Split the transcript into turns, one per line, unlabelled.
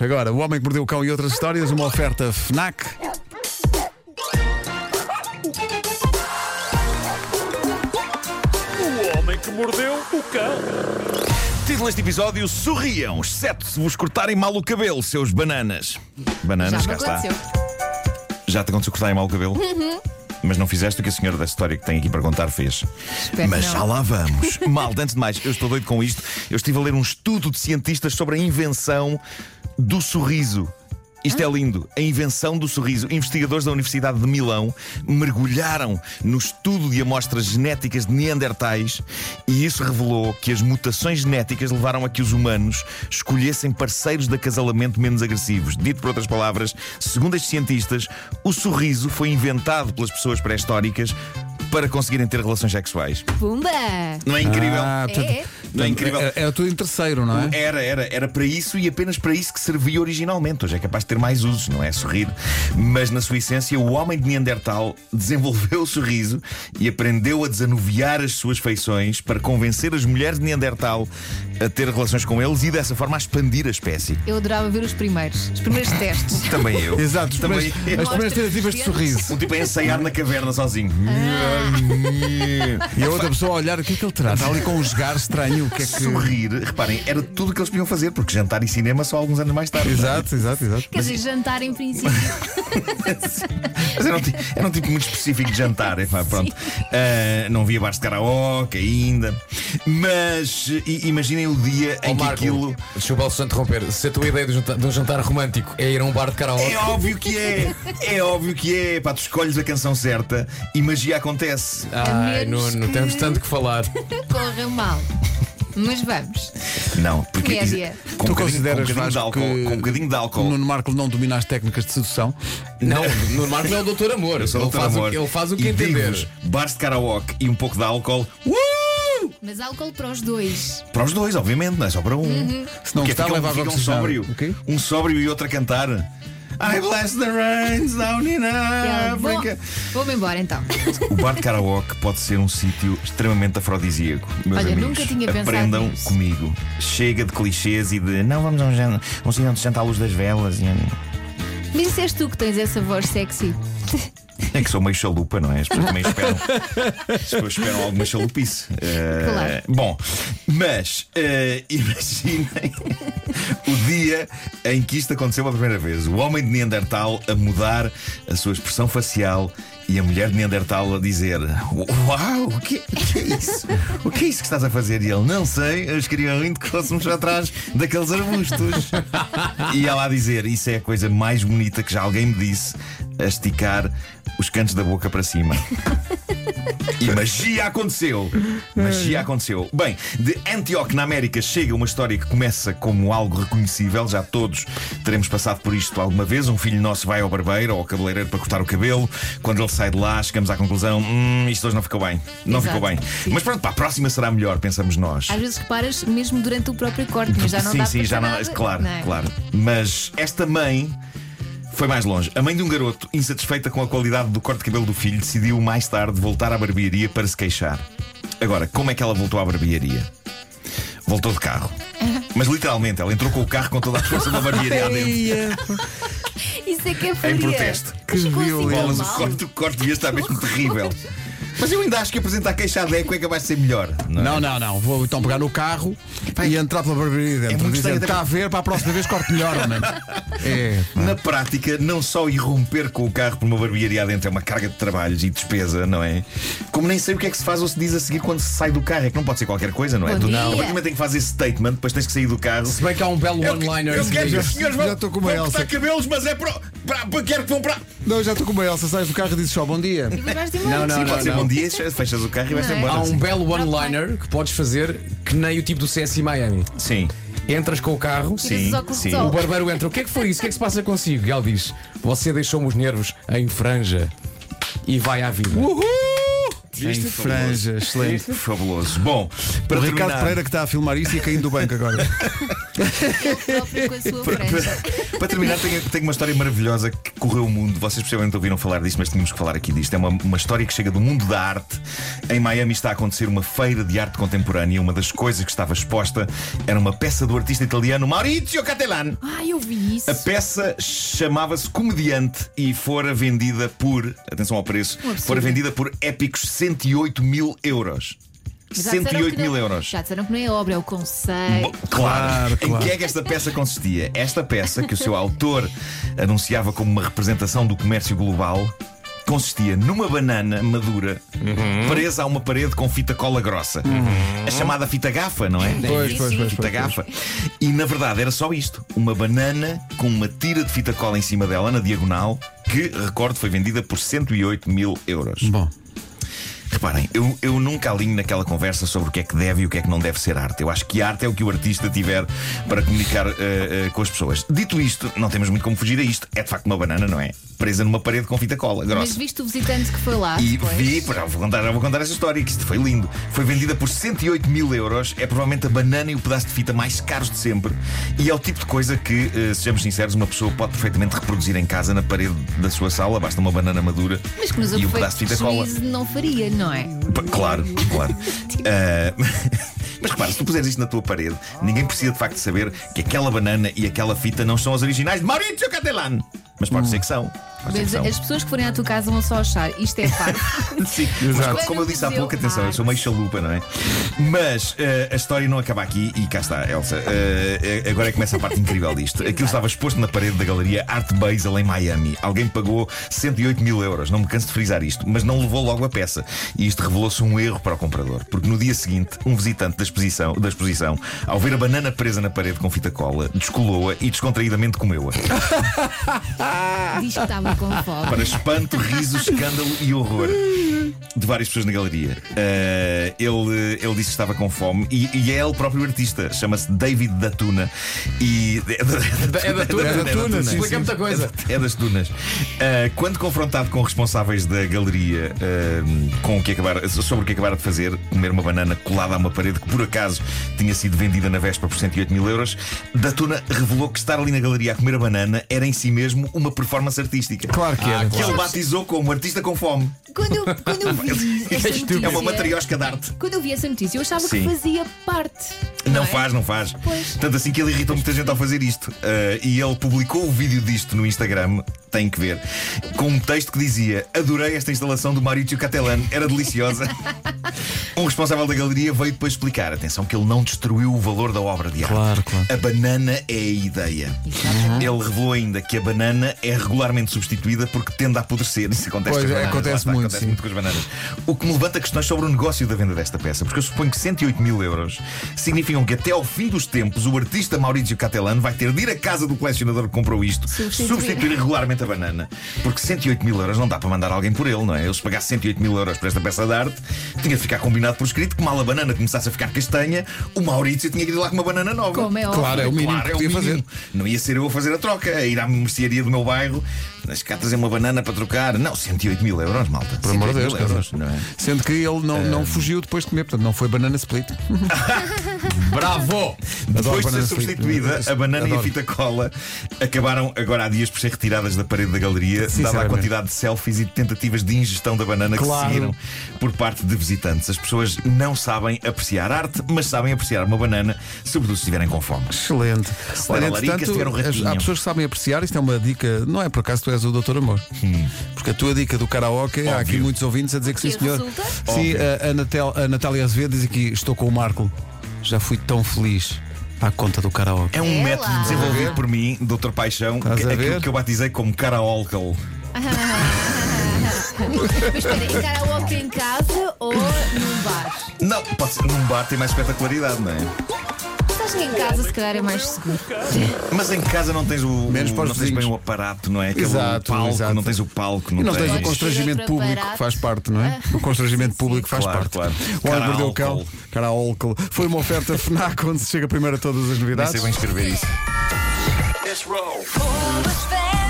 Agora, O Homem que Mordeu o Cão e outras histórias, uma oferta FNAC.
O homem que mordeu o cão.
Título deste episódio: Sorriam, exceto se vos cortarem mal o cabelo, seus bananas.
Já
Bananas,
me
cá está.
aconteceu. Uhum.
Já te aconteceu cortarem mal o cabelo? Mas não fizeste o que a senhora da história que tem aqui para contar fez.
que
Mas
não.
já lá vamos. Malta, antes de mais, eu estou doido com isto. Eu estive a ler um estudo de cientistas sobre a invenção do sorriso. Isto
Ah.
é lindo. A invenção do sorriso. Investigadores da Universidade de Milão mergulharam no estudo de amostras genéticas de neandertais e isso revelou que as mutações genéticas levaram a que os humanos escolhessem parceiros de acasalamento menos agressivos. Dito por outras palavras, segundo estes cientistas, o sorriso foi inventado pelas pessoas pré-históricas para conseguirem ter relações sexuais.
Pumba!
Não é incrível?
Ah, portanto,
É.
Não é incrível?
É, é o tudo em terceiro, não é?
Era, era, era para isso e apenas para isso que servia originalmente. Hoje é capaz de ter mais usos, não é? Sorrir. Mas na sua essência, o homem de Neandertal desenvolveu o sorriso e aprendeu a desanuviar as suas feições para convencer as mulheres de Neandertal a ter relações com eles e dessa forma a expandir a espécie.
Eu adorava ver os primeiros, os primeiros testes.
Também eu.
Exato, os
Também.
primeiros- as primeiras tentativas de sorriso.
Um tipo a ensaiar na caverna sozinho.
E a outra pessoa a olhar, o que é que ele traz? Está ali com um esgar estranho, o que é que.
Sorrir, reparem, era tudo o que eles podiam fazer, porque jantar e cinema só alguns anos mais tarde.
Exato, exato, exato.
Quer dizer, jantar em princípio.
Mas era um, ti- era um tipo muito específico de jantar, é pá, pronto. Ah, não via bares de karaoke ainda. Mas i- imaginem o dia em que
Ó, Marco,
aquilo.
Deixa eu só interromper. Se a tua ideia de um jantar, de um jantar romântico é ir a um bar de karaoke,
É óbvio que é! É óbvio que é! Pá, tu escolhes a canção certa e magia acontece.
ai,
menos
Nuno,
que-
temos tanto que falar.
Corra mal. Mas vamos.
Não, porque.
Média.
Com um
Tu
bocadinho-
consideras
com um bocadinho de
Vasco,
álcool.
que
Com um bocadinho de álcool.
o Nuno Marco não domina as técnicas de sedução.
Não, Nuno Marco não é o doutor amor.
Eu sou
ele,
doutor
faz
amor.
O, ele faz o que
E
entender.
digo-vos, Bares de karaoke e um pouco de álcool. Uh!
Mas álcool para os dois.
Para os dois, obviamente, não é só para um.
Se não
Porque
gostar,
fica um-
leva água
fica um
oxigenada.
sóbrio.
O quê?
Um sóbrio e outro a cantar. I bless the rains down in
É, bom,
Africa.
Vou-me embora então.
O bar de karaoke pode ser um sítio extremamente afrodisíaco. Meus
Olha,
amigos,
nunca tinha pensado
aprendam
nisso.
comigo. Chega de clichês e de não vamos a um, jan- um sítio onde se janta à luz das velas. E...
Mas isso és tu que tens essa voz sexy.
É que sou meio chalupa, não é? As pessoas também esperam. As pessoas esperam alguma chalupice. Eh,
Claro.
Bom, mas eh, imaginem o dia em que isto aconteceu pela primeira vez. O homem de Neandertal a mudar a sua expressão facial e a mulher de Neandertal a dizer: Uau, o que, o que é isso? O que é isso que estás a fazer? E ele: Não sei, um eles queriam ainda que fôssemos atrás daqueles arbustos. e ela a dizer: Isso é a coisa mais bonita que já alguém me disse, a esticar os cantos da boca para cima. E magia aconteceu! Magia aconteceu. Bem, de Antioque, na América, chega uma história que começa como algo reconhecível. Já todos teremos passado por isto alguma vez. Um filho nosso vai ao barbeiro ou ao cabeleireiro para cortar o cabelo. Quando ele sai de lá, chegamos à conclusão: hum, isto hoje não ficou bem. Não
Exato,
ficou bem.
sim.
Mas pronto, para a próxima será melhor, pensamos nós.
Às vezes reparas mesmo durante o próprio corte, mas já não
sim,
dá
sim,
para
já não.
nada,
Claro,
não é?
claro. Mas esta mãe. Foi mais longe. A mãe de um garoto, insatisfeita com a qualidade do corte de cabelo do filho, decidiu mais tarde voltar à barbearia para se queixar. Agora, como é que ela voltou à barbearia? Voltou de carro. Mas literalmente, ela entrou com o carro com toda a força da barbearia dentro.
Isso é que é fúria.
Em protesto.
Que
Bolas, o
assim mal.
corte, o corte devia estar mesmo terrível. Mas eu ainda acho que apresentar queixa à Deco é que vai ser melhor. Não, é?
Não, não, não. Vou então pegar no carro e entrar pela barbearia
É
dentro.
muito
dizendo,
estranho
está a ver, para a próxima vez corte melhor, homem. É.
Na prática, não só irromper com o carro por uma barbearia adentro é uma carga de trabalhos e despesa, não é? Como nem sei o que é que se faz ou se diz a seguir quando se sai do carro. É que não pode ser qualquer coisa, não é?
Bom dia.
a partir do momento em que faz esse statement, depois tens que sair do carro.
Se bem que há um belo
Eu,
one-liner.
eu
que
quero que os
diz.
senhores
Já
vão,
estou com uma
vão
Elsa.
cortar cabelos, mas é para, para, para- Quero que vão para.
Não, já estou com uma Elsa, sais do carro e dizes só bom dia.
E depois vais-te
Não,
embora.
não,
Sim,
não.
pode ser bom dia, fechas o carro e vais
Não é?
embora.
Há um
Assim.
Sim.
belo one-liner que podes fazer que nem o tipo do CSI Miami.
Sim.
Entras com o carro,
Tiras os óculos
sim.
de sol.
o barbeiro entra. O que é que foi isso? O que é que se passa consigo? E ele diz: Você deixou-me os nervos em franja e vai à vida.
Uhul!
Exatamente.
Em
Franja, excelente.
Fabuloso. Bom, para
o Ricardo
terminar,
Pereira que está a filmar isso e é caindo do banco agora.
Ele próprio com a sua
para,
franja.
para- para terminar, tenho, tenho uma história maravilhosa que correu o mundo. Vocês possivelmente ouviram falar disto, mas tínhamos que falar aqui disto. É uma, uma história que chega do mundo da arte. Em Miami está a acontecer uma feira de arte contemporânea. Uma das coisas que estava exposta era uma peça do artista italiano Maurizio Cattelan.
Ai, eu vi isso.
A peça chamava-se Comediante e fora vendida por, atenção ao preço,
Um absurdo.
fora vendida por épicos 108 mil euros.
Já disseram que
108 mil
não-
euros.
Já disseram que não é obra, é o
Bom,
conceito.
Claro,
Claro. Em
claro.
que é que esta peça consistia? Esta peça, que o seu autor anunciava como uma representação do comércio global, consistia numa banana madura presa a uma parede com fita cola grossa. A chamada fita gafa, não é?
Pois, pois, pois,
Fita
pois.
gafa. E na verdade era só isto: uma banana com uma tira de fita cola em cima dela, na diagonal, que, recordo, foi vendida por 108 mil euros.
Bom,
Reparem, eu, eu nunca alinho naquela conversa sobre o que é que deve e o que é que não deve ser arte. Eu acho que arte é o que o artista tiver para comunicar eh, eh, com as pessoas. Dito isto, não temos muito como fugir a isto. É de facto uma banana, não é? Presa numa parede com fita cola
Mas
grossa.
viste o visitante que foi lá.
E
depois?
vi, pá, vou contar, vou contar essa história, que isto foi lindo. Foi vendida por 108 mil euros, é provavelmente a banana e o pedaço de fita mais caros de sempre. E é o tipo de coisa que, eh, sejamos sinceros, uma pessoa pode perfeitamente reproduzir em casa na parede da sua sala, basta uma banana madura
Mas que nos
e um
foi
pedaço de fita cola.
juízo não faria, não é?
Pa- Claro, claro. Ah, mas repara, se tu puseres isto na tua parede, ninguém precisa de facto saber que aquela banana e aquela fita não são as originais de Maurizio Catalan. Mas pode ser que são. Pode ser que
Mas
são.
as pessoas que forem à tua casa vão só achar isto é fácil.
Sim,
Exato.
mas como eu disse há pouco, atenção, eu sou meio chalupa, não é? Mas eh, a história não acaba aqui e cá está, Elsa. Eh, eh, agora é que começa a parte incrível disto. Aquilo estava exposto na parede da galeria Art Basel em Miami. Alguém pagou 108 mil euros, não me canso de frisar isto, mas não levou logo a peça. E isto revelou-se um erro para o comprador, porque no dia seguinte, um visitante da exposição, da exposição ao ver a banana presa na parede com fita cola, descolou-a e descontraídamente comeu-a.
Diz que estava com fome.
Para espanto, riso, escândalo e horror de várias pessoas na galeria. Ah, ele, ele disse que estava com fome e, e é ele próprio o artista. Chama-se David da Tuna. E.
É da Tuna,
É da Tuna, sim,
Explica
sim.
muita coisa.
É das dunas. Ah, quando confrontado com responsáveis da galeria ah, com o que acabara- sobre o que acabara de fazer, comer uma banana colada a uma parede que por acaso tinha sido vendida na véspera por 108 mil euros, Datuna revelou que estar ali na galeria a comer a banana era em si mesmo uma performance artística.
claro que era.
Que ele batizou como artista com fome.
Quando eu, quando eu vi essa notícia,
É uma matriosca de arte.
Quando eu vi essa notícia, eu achava que
Sim.
fazia parte.
Não
é?
faz, não faz.
Pois.
Tanto assim que ele irritou muita gente ao fazer isto. Ah, e ele publicou o vídeo disto no Instagram, tem que ver, com um texto que dizia: Adorei esta instalação do Maurício Catalano, era deliciosa. um responsável da galeria veio depois explicar: atenção, que ele não destruiu o valor da obra de arte.
Claro, claro.
A banana é a ideia. Ele revelou ainda que a banana é regularmente substituída porque tende a apodrecer. Isso acontece,
Pois,
com as
é,
bananas,
acontece
lá está,
muito,
acontece
sim.
muito com as bananas. O que me levanta questões sobre o negócio da venda desta peça, porque eu suponho que 108 mil euros significam que até ao fim dos tempos o artista Maurício Catalano vai ter de ir à casa do colecionador que comprou isto,
Substituir.
substituir, regularmente a banana, porque 108 mil euros não dá para mandar alguém por ele, não é? Eu se pagasse 108 mil euros por esta peça de arte, tinha de ficar combinado por escrito que mal a banana começasse a ficar castanha, o Maurício tinha que ir lá com uma banana nova.
Como é óbvio.
Claro, é o mínimo
Claro,
que
é o
podia
mínimo.
fazer.
Não ia ser eu a fazer a troca, a ir à mercearia do meu bairro, nas cá trazer uma banana para trocar. Não, 108 mil euros, malta. Por
amor de Deus, quer
euros, não é? Ehm.
Sendo que ele não, não fugiu depois de comer, portanto, não foi banana split.
Bravo!
Depois de
banana
ser
frita.
substituída, a banana e
Adoro.
a fita cola acabaram agora há dias por ser retiradas da parede da galeria, dada a
Sinceramente.
quantidade de selfies e de tentativas de ingestão da banana
Claro.
que seguiram por parte de visitantes. As pessoas não sabem apreciar arte, mas sabem apreciar uma banana, sobretudo se estiverem com fome.
Excelente.
Se der
Olha,
a larica,
entretanto,
se tiver um
as-
ratinho.
há pessoas que sabem apreciar, isto é uma dica, não é por acaso tu és o Doutor Amor. Porque a tua dica do karaoke, há aqui
Óbvio.
muitos ouvintes a dizer que sim,
Que
senhor.
resulta?
Sim,
Óbvio.
a, a Natal- a Natália Azevedo diz aqui: estou com o Marco, já fui tão feliz à conta do karaoke.
É um
É
método
lá.
desenvolvido por mim, Dr. Paixão,
Estás
que,
a
aquilo
ver?
que eu batizei como karaoke.
Mas espera, em karaoke em casa ou num bar?
Não, pode ser num bar tem mais espetacularidade, não é?
Estás em casa, se calhar é mais seguro.
Mas em casa não tens o.
Menos para os
não tens bem
vizinhos.
o aparato, não é? Aquele
Exato,
palco,
exato.
não tens o palco, não,
E não tens o
Podes
constrangimento
ser outro
público que
aparato.
faz parte, não é? O constrangimento público faz
Claro,
parte.
claro.
O homem que mordeu o cão,
Karaoke.
karaoke. Foi uma oferta FNAC onde se chega primeiro a todas as
Não
novidades.
sei bem escrever isso.
Let's roll.
Full of faith.